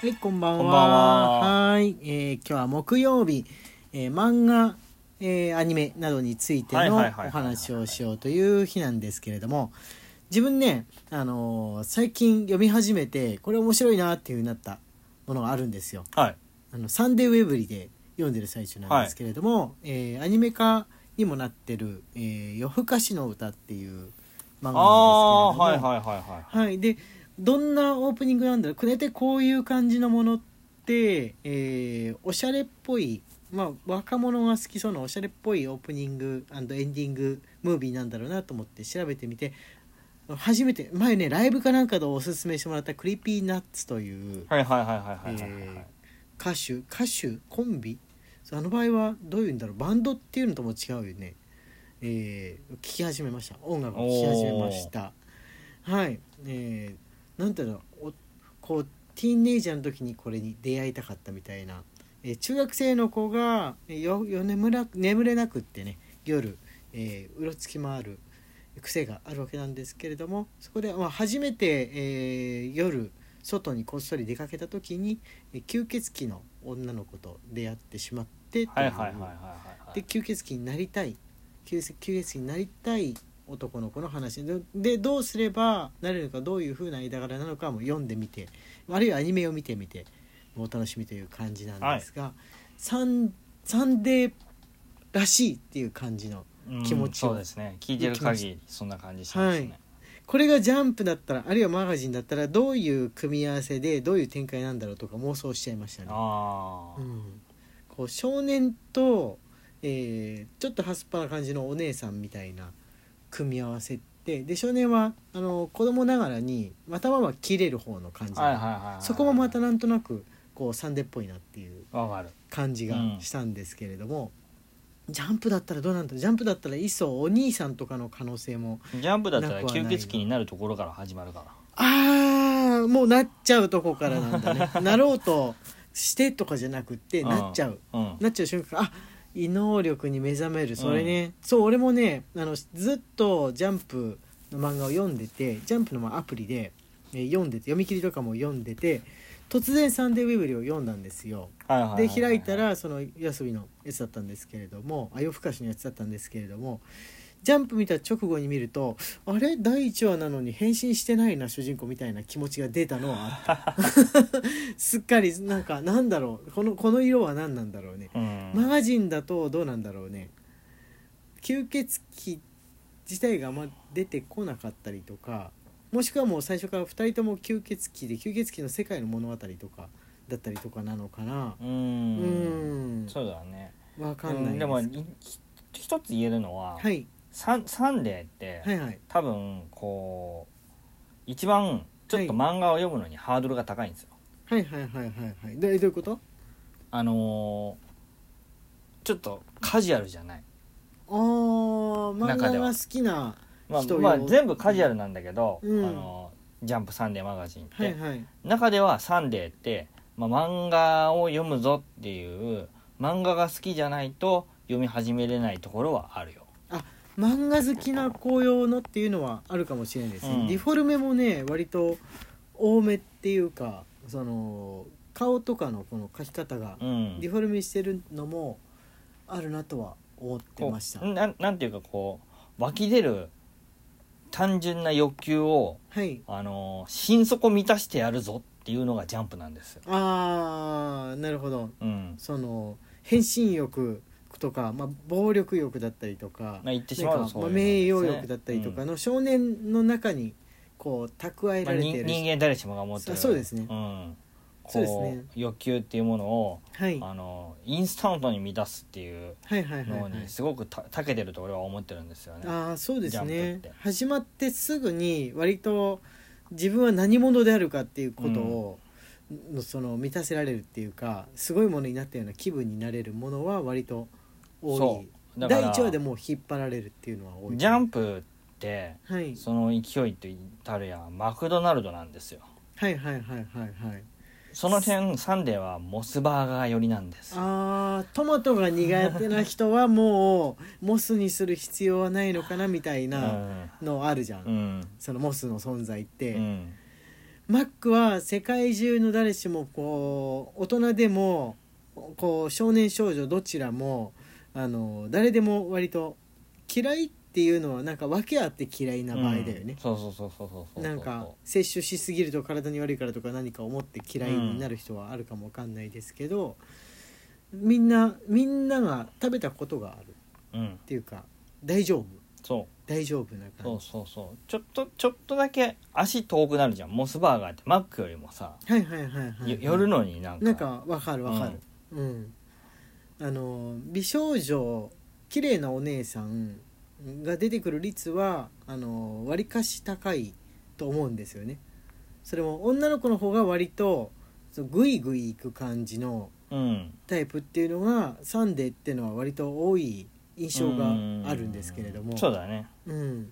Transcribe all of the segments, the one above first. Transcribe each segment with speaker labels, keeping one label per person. Speaker 1: はい、こんばんは。
Speaker 2: こんばんは
Speaker 1: はーい、えー今日は木曜日、えー漫画、えーアニメなどについて
Speaker 2: はい
Speaker 1: のお
Speaker 2: はいはいはいはい
Speaker 1: 話をしようという日なんですけれども、自分ね、あのー最近読み始めて、これ面白いなっていう風になったものがあるんですよ。
Speaker 2: はい
Speaker 1: あのサンデーウェブリで読んでる最中なんですけれども、えーアニメ化にもなってる「えー夜更かしの歌」っていう漫画なんですけれども
Speaker 2: ああーはいはいはいはい
Speaker 1: はい、でどんなオープニングなんだろうくれてこういう感じのものって、えーおしゃれっぽい、まあ、若者が好きそうなおしゃれっぽいオープニングエンディングムービーなんだろうなと思って調べてみて初めて前ねライブかなんかでおすすめしてもらった「クリピーナッツ」という、
Speaker 2: はいはいはいはいはいはいはい
Speaker 1: えー歌手歌手コンビそうあの場合はどういうんだろうバンドっていうのとも違うよねえー、聞き始めました音楽を聴き始めましたはいえー、なんていうのおこうティーンネイジャーの時にこれに出会いたかったみたいな、えー中学生の子がえーよよ眠ら眠れなくってね夜、えーうろつき回る癖があるわけなんですけれどもそこで、まあ、初めて、えー夜外にこっそり出かけた時に、えー吸血鬼の女の子と出会ってしまってと
Speaker 2: はいはいはいは
Speaker 1: い
Speaker 2: い
Speaker 1: う
Speaker 2: はい
Speaker 1: で吸血鬼になりたい吸血吸血鬼になりたい男の子の話ででどうすればなれるのかどういう風な間柄なのかも読んでみてあるいはアニメを見てみてお楽しみという感じなんですが、サンサンデーらしいっていう感じの
Speaker 2: うん
Speaker 1: 気持ちを
Speaker 2: そうですね聞いてる限りそんな感じしますね
Speaker 1: これがジャンプだったらあるいはマガジンだったらどういう組み合わせでどういう展開なんだろうとか妄想しちゃいましたね。
Speaker 2: ああ
Speaker 1: うん、こう少年と、えーちょっとはすっぱな感じのお姉さんみたいな組み合わせってで少年はあの子供ながらに頭は切れる方の感じ、
Speaker 2: はいはいはいはい
Speaker 1: そこもまたなんとなくこうサンデーっぽいなっていう
Speaker 2: わかる
Speaker 1: 感じがしたんですけれども、ジャンプだったらどうなんだろうジャンプだったらいっそお兄さんとかの可能性も
Speaker 2: ジャンプだったら
Speaker 1: なくはない
Speaker 2: 吸血鬼になるところから始まるから
Speaker 1: ああもうなっちゃうとこからなんだ ねなろうとしてとかじゃなくって
Speaker 2: うん
Speaker 1: なっちゃう。
Speaker 2: うん
Speaker 1: なっちゃう瞬間あ異能力に目覚めるそれね、そう俺もねあのずっとジャンプの漫画を読んでてジャンプのまあアプリで、えー読んでて読み切りとかも読んでて突然「サンデーウェブリ」を読んだんですよ。
Speaker 2: はいはいは
Speaker 1: で
Speaker 2: は
Speaker 1: 開いたらその夜遊びのやつだったんですけれどもあ夜更かしのやつだったんですけれどもジャンプ見た直後に見るとあれ第1話なのに変身してないな主人公みたいな気持ちが出たのはあ った すっかりなんかなんだろうこのこの色は何なんだろうね
Speaker 2: うん
Speaker 1: マガジンだとどうなんだろうね吸血鬼自体があんま出てこなかったりとかもしくはもう最初から2人とも吸血鬼で吸血鬼の世界の物語とかだったりとかなのかな
Speaker 2: う
Speaker 1: うんん
Speaker 2: そうだね
Speaker 1: わかんな
Speaker 2: う
Speaker 1: い
Speaker 2: んでも
Speaker 1: す
Speaker 2: い一つ言えるのは
Speaker 1: はい
Speaker 2: サンサンデーって
Speaker 1: はいはい
Speaker 2: 多分こう一番ちょっと
Speaker 1: は
Speaker 2: 漫画を読むのにハードルが高いんですよ。
Speaker 1: はいはいはいはいはいでどういうこと
Speaker 2: あのーちょっとカジュアルじゃない、
Speaker 1: あー漫
Speaker 2: 中で
Speaker 1: 画
Speaker 2: は
Speaker 1: が好きな
Speaker 2: まあ
Speaker 1: 人、用
Speaker 2: まあ全部カジュアルなんだけど、
Speaker 1: うん
Speaker 2: あのージャンプサンデーマガジンって、
Speaker 1: はいはい
Speaker 2: 中ではサンデーって、まあ、漫画を読むぞっていう漫画が好きじゃないと読み始めれないところはあるよ。
Speaker 1: 漫画好きな子用のっていうのはあるかもしれないですね、
Speaker 2: うん
Speaker 1: ディフォルメもね割と多めっていうかその顔とかのこの描き方が
Speaker 2: うん、
Speaker 1: ディフォルメしてるのもあるなとは思って
Speaker 2: こ
Speaker 1: ました、
Speaker 2: うなんなんていうかこう湧き出る単純な欲求を
Speaker 1: はい
Speaker 2: あのー心底満たしてやるぞっていうのがジャンプなんですよ。
Speaker 1: あーなるほど
Speaker 2: うん、
Speaker 1: その変身欲とか、まあ、暴力欲だったりとか
Speaker 2: まあ言ってしまう
Speaker 1: な
Speaker 2: と
Speaker 1: んか
Speaker 2: そうい
Speaker 1: ま
Speaker 2: う
Speaker 1: あ
Speaker 2: のな
Speaker 1: 名誉
Speaker 2: んですね
Speaker 1: 欲だったりとかの少年の中にこう蓄え
Speaker 2: ま
Speaker 1: ら
Speaker 2: あ、
Speaker 1: れて
Speaker 2: 人
Speaker 1: る、
Speaker 2: 人間誰しもが持ってる
Speaker 1: そうですね
Speaker 2: うん、
Speaker 1: そうです
Speaker 2: こ
Speaker 1: ね
Speaker 2: う欲求っていうものを、
Speaker 1: はい、
Speaker 2: あのーインスタントに満たすっていう
Speaker 1: はいはいはい
Speaker 2: の
Speaker 1: はい
Speaker 2: にすごくたたけてると俺は思ってるんですよね。
Speaker 1: ああそうです
Speaker 2: ジャン
Speaker 1: ね
Speaker 2: プって
Speaker 1: 始まってすぐに割と自分は何者であるかっていうことを、のその満たせられるっていうかすごいものになったような気分になれるものは割と多い
Speaker 2: そうだか
Speaker 1: 第
Speaker 2: ら
Speaker 1: 1話でもう引っ張られるっていうのは多い
Speaker 2: ジャン
Speaker 1: プ、
Speaker 2: プって
Speaker 1: はい、
Speaker 2: その勢いと至るやマクドナルドなんですよ。
Speaker 1: はいはいはいはいはい
Speaker 2: その点サンデーはモスバーガー寄りなんですよ。
Speaker 1: あートマトが苦手な人はもうモスにする必要はないのかなみたいなのあるじゃん、
Speaker 2: うん、
Speaker 1: そのモスの存在って、
Speaker 2: うん
Speaker 1: マックは世界中の誰しもこう大人でもこう少年少女どちらもあの誰でも割と嫌いっていうのはなんか訳あって嫌いな場合だよね、
Speaker 2: そうそうそうそうそうそう
Speaker 1: なんか摂取しすぎると体に悪いからとか何か思って嫌いになる人はあるかもわかんないですけど、みんなみんなが食べたことがあるっ
Speaker 2: うん
Speaker 1: ていうか大丈夫
Speaker 2: そう
Speaker 1: 大丈夫な
Speaker 2: そ
Speaker 1: 感
Speaker 2: う
Speaker 1: じ
Speaker 2: そうそうちょっとちょっとだけ足遠くなるじゃんモスバーガーってマックよりもさ、
Speaker 1: はいはいはいはい、
Speaker 2: よ寄るのになんか
Speaker 1: なんかわかるわかるうん、あの美少女綺麗なお姉さんが出てくる率はあの割かし高いと思うんですよねそれも女の子の方が割とそうグイグイいく感じの
Speaker 2: うん
Speaker 1: タイプっていうのがサンデーっていうのは割と多い印象があるんですけれども
Speaker 2: そうだね
Speaker 1: うん、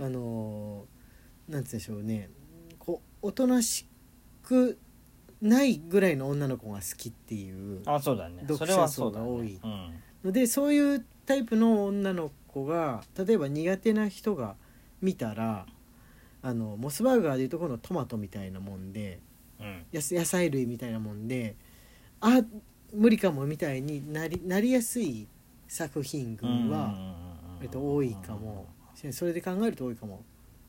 Speaker 1: あのーなんつうんでしょうねこうおとなしくないぐらいの女の子が好きっていう
Speaker 2: あそうだね
Speaker 1: 読
Speaker 2: そ
Speaker 1: 者
Speaker 2: れはそうだ、ね、
Speaker 1: 層が多い
Speaker 2: うん
Speaker 1: のでそういうタイプの女の子が例えば苦手な人が見たらあのモスバーガーでいうとこのトマトみたいなもんで
Speaker 2: うん
Speaker 1: やす野菜類みたいなもんであ無理かもみたいになりなりやすい作品群は。えっと、多いかもしれないそれで考えると多いかも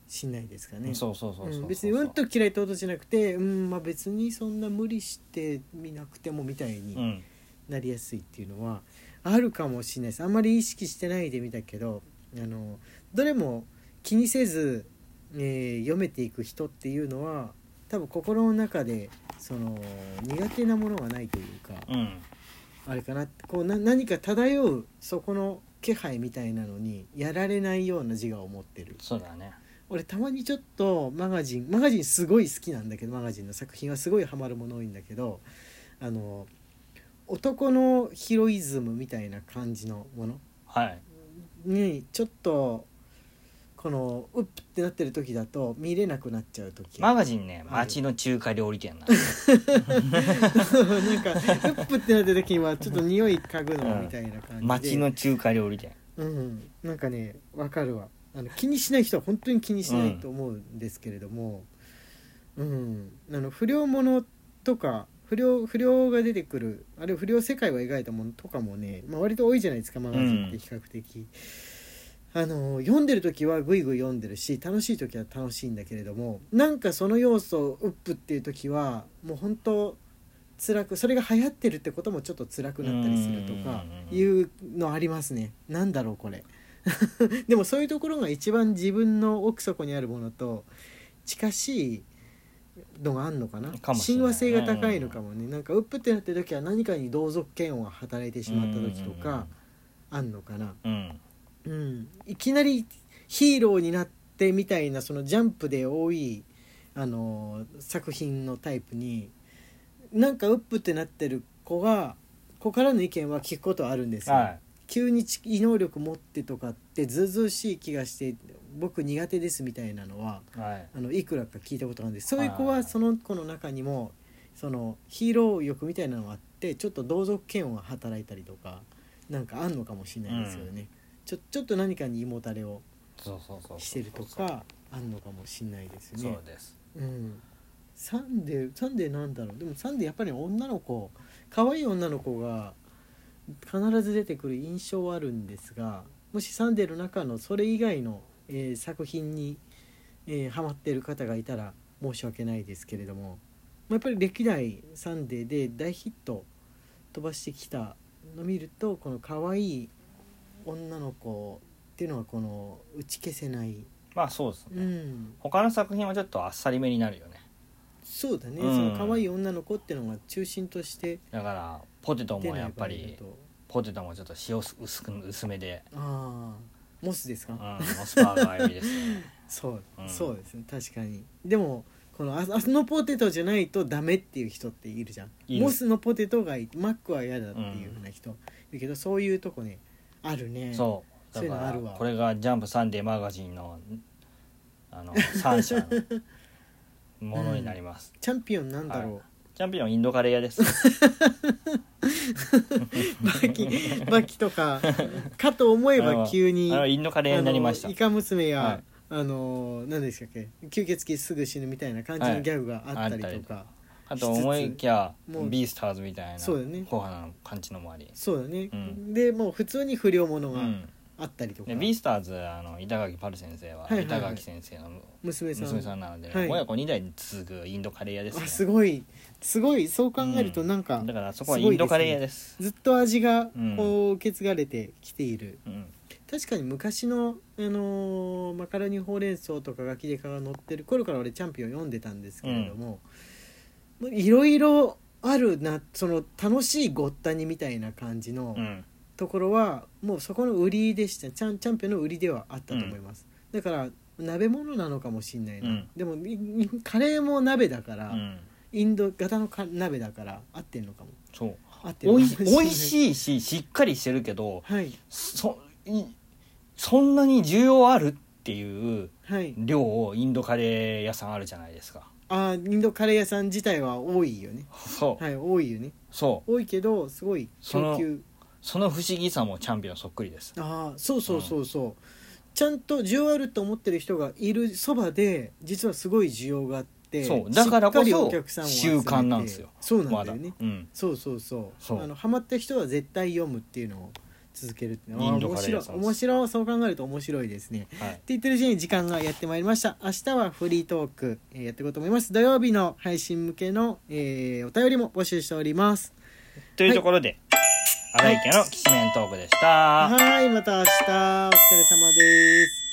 Speaker 1: しんないですかね。
Speaker 2: そうそうそうそうそう、
Speaker 1: うん別にうんと嫌いってことじゃなくて、うんまあ、別にそんな無理して見なくてもみたいうに
Speaker 2: ん
Speaker 1: なりやすいっていうのはあるかもしれないですあんまり意識してないで見たけどあのどれも気にせず、えー読めていく人っていうのは多分心の中でその苦手なものがないというか、
Speaker 2: うん
Speaker 1: あれかなこうな何か漂うそこの気配みたいなのにやられないような自我を持ってる
Speaker 2: そうだね
Speaker 1: 俺たまにちょっとマガジンマガジンすごい好きなんだけどマガジンの作品はすごいハマるもの多いんだけどあの男のヒロイズムみたいな感じのもの
Speaker 2: はい
Speaker 1: にちょっとこのうっぷってなってる時だと見れなくなっちゃう時 な
Speaker 2: マ
Speaker 1: んか
Speaker 2: ガジンね
Speaker 1: はい
Speaker 2: 町の中華料理 店な
Speaker 1: うっぷってなってる時にはちょっと匂い嗅ぐのみたいな感 じで、
Speaker 2: の町の中華料理店
Speaker 1: うん、なんかねわかるわあの気にしない人は本当に気にしないと思うんですけれども、うんあの不良ものとか不良不良が出てくるあるいは不良世界を描いたものとかもね、まあ、割と多いじゃないですかマガジンっ
Speaker 2: うん
Speaker 1: て比較的、あの読んでる時はぐいぐい読んでるし楽しい時は楽しいんだけれどもなんかその要素をウップっていう時はもう本当辛くそれが流行ってるってこともちょっと辛くなったりするとか
Speaker 2: うん
Speaker 1: いうのありますねなんだろうこれ でもそういうところが一番自分の奥底にあるものと近しいのがあんのかな
Speaker 2: かもしれ
Speaker 1: 親
Speaker 2: ない
Speaker 1: 和性が高いのかもね、なんかウップってなってる時は何かに同族嫌悪が働いてしまった時とかあんのかな、
Speaker 2: うん
Speaker 1: うん、いきなりヒーローになってみたいなそのジャンプで多いあの作品のタイプになんかウップってなってる子が子からの意見は聞くことはあるんですよ、
Speaker 2: は
Speaker 1: 急に知異能力持ってとかってずうずうしい気がして僕苦手ですみたいなのはい
Speaker 2: はい
Speaker 1: あのいくらか聞いたことがあるんですそういう子
Speaker 2: はい
Speaker 1: はその子の中にもそのヒーロー欲みたいなのがあってちょっと同族嫌悪が働いたりとかなんかあんのかもしれないですよね、ちょちょっと何かに胃もたれを
Speaker 2: そうそうそうそう
Speaker 1: してるとかあんのかもしれないです
Speaker 2: そ
Speaker 1: ね
Speaker 2: う。です
Speaker 1: うんサンデーサンデーなんだろうでもサンデーやっぱり女の子可愛い女の子が必ず出てくる印象はあるんですがもしサンデーの中のそれ以外の、えー作品に、えーハマっている方がいたら申し訳ないですけれども、まあ、やっぱり歴代サンデーで大ヒット飛ばしてきたのを見るとこの可愛い女の子っていうのはこの打ち消せない、
Speaker 2: まあそうです
Speaker 1: う
Speaker 2: ね、
Speaker 1: ん、
Speaker 2: 他の作品はちょっとあっさりめになるよね
Speaker 1: そうだね、
Speaker 2: うん
Speaker 1: その可愛い女の子っていうのが中心として
Speaker 2: だからポテト
Speaker 1: 出
Speaker 2: も
Speaker 1: な
Speaker 2: やっ
Speaker 1: い
Speaker 2: ぱ
Speaker 1: 場合だ
Speaker 2: り
Speaker 1: と
Speaker 2: ポテトもちょっと塩す薄く薄めで、
Speaker 1: ああモスですか、
Speaker 2: うん、モスバーガーよりで すね
Speaker 1: そう、
Speaker 2: うん
Speaker 1: そうですね確かにでもこのああのポテトじゃないとダメっていう人っているじゃん
Speaker 2: いる
Speaker 1: モスのポテトがいいマックは嫌だっていうふうな人、いるけどそういうとこねあるね
Speaker 2: そう
Speaker 1: そ
Speaker 2: だ
Speaker 1: ういう
Speaker 2: か
Speaker 1: のあ
Speaker 2: ら
Speaker 1: るわ
Speaker 2: これが「ジャンプサンデーマガジンの」あの3社のものになります、
Speaker 1: チャンピオンなんだろ
Speaker 2: チャンピオンインドカレー屋 です
Speaker 1: う、バキバキとかかと思えば急に
Speaker 2: あの
Speaker 1: あ
Speaker 2: インドカレー屋になりました
Speaker 1: のイカ娘や、
Speaker 2: はい
Speaker 1: あのー何でしたっけ吸血鬼すぐ死ぬみたいな感じのギャグがあったり
Speaker 2: はいあったり
Speaker 1: と
Speaker 2: と
Speaker 1: か、
Speaker 2: あと思いきや
Speaker 1: もう
Speaker 2: ビースターズみたいな
Speaker 1: そうだよね
Speaker 2: 硬派な感じのもあり、
Speaker 1: そうだね、
Speaker 2: うん
Speaker 1: でもう普通に不良もの
Speaker 2: う
Speaker 1: が
Speaker 2: ん、
Speaker 1: あったりとか、
Speaker 2: でビースターズあの板垣パル先生は
Speaker 1: はいはいはい
Speaker 2: 板垣先生の
Speaker 1: 娘さん
Speaker 2: 娘さんなので、
Speaker 1: はい
Speaker 2: 親子2代に続くインドカレー屋です
Speaker 1: あ
Speaker 2: ね
Speaker 1: すごいすごいそう考えるとなんか、
Speaker 2: だからそこはインドカレー屋です
Speaker 1: ずっと味が
Speaker 2: うん
Speaker 1: こう受け継がれてきている、
Speaker 2: うん
Speaker 1: 確かに昔の、あのーマカロニほうれん草とかガキデカが載ってる頃から俺チャンピオン読んでたんですけれどももういろいろあるなその楽しいごったにみたいな感じの
Speaker 2: うん
Speaker 1: ところは、もうそこの売りでしたチャンチャンピオンの売りではあったと思います、だから鍋物なのかもしんないな、
Speaker 2: うん
Speaker 1: でもいいカレーも鍋だから、
Speaker 2: うん
Speaker 1: インド型のか鍋だから合ってんのかも
Speaker 2: そう
Speaker 1: 合ってる
Speaker 2: おい
Speaker 1: かも
Speaker 2: おい
Speaker 1: い
Speaker 2: しいししっかりしてるけど
Speaker 1: はい
Speaker 2: そいそんなに需要あるっていう
Speaker 1: はい
Speaker 2: 量をインドカレー屋さんあるじゃないですか
Speaker 1: あーインドカレー屋さん自体は多いよね
Speaker 2: そう、
Speaker 1: はい多いよね
Speaker 2: そう
Speaker 1: 多いけどすごい
Speaker 2: その
Speaker 1: 高級
Speaker 2: その不思議さもチャンピオンそっくりです
Speaker 1: ああそうそうそうそう、ちゃんと需要あると思ってる人がいるそばで実はすごい需要があって
Speaker 2: そうだからこそ
Speaker 1: しっりお客さんを集めて
Speaker 2: 習慣なんですよ
Speaker 1: そうな
Speaker 2: ま
Speaker 1: んだ
Speaker 2: だ、
Speaker 1: よね、
Speaker 2: うん、
Speaker 1: そうそうそう
Speaker 2: そう
Speaker 1: あのハマった人は絶対読むっていうのを続けるっていうのは
Speaker 2: インド
Speaker 1: 面
Speaker 2: カレー
Speaker 1: 白
Speaker 2: 屋
Speaker 1: い
Speaker 2: さんです
Speaker 1: 面白いそう考えると面白いですね
Speaker 2: はい
Speaker 1: って言ってるうちに時間がやってまいりました明日はフリートーク、えーやっていこうと思います土曜日の配信向けの、えーお便りも募集しております
Speaker 2: というところで、荒井家のきしめんトークでした、
Speaker 1: はいまた明日お疲れ様です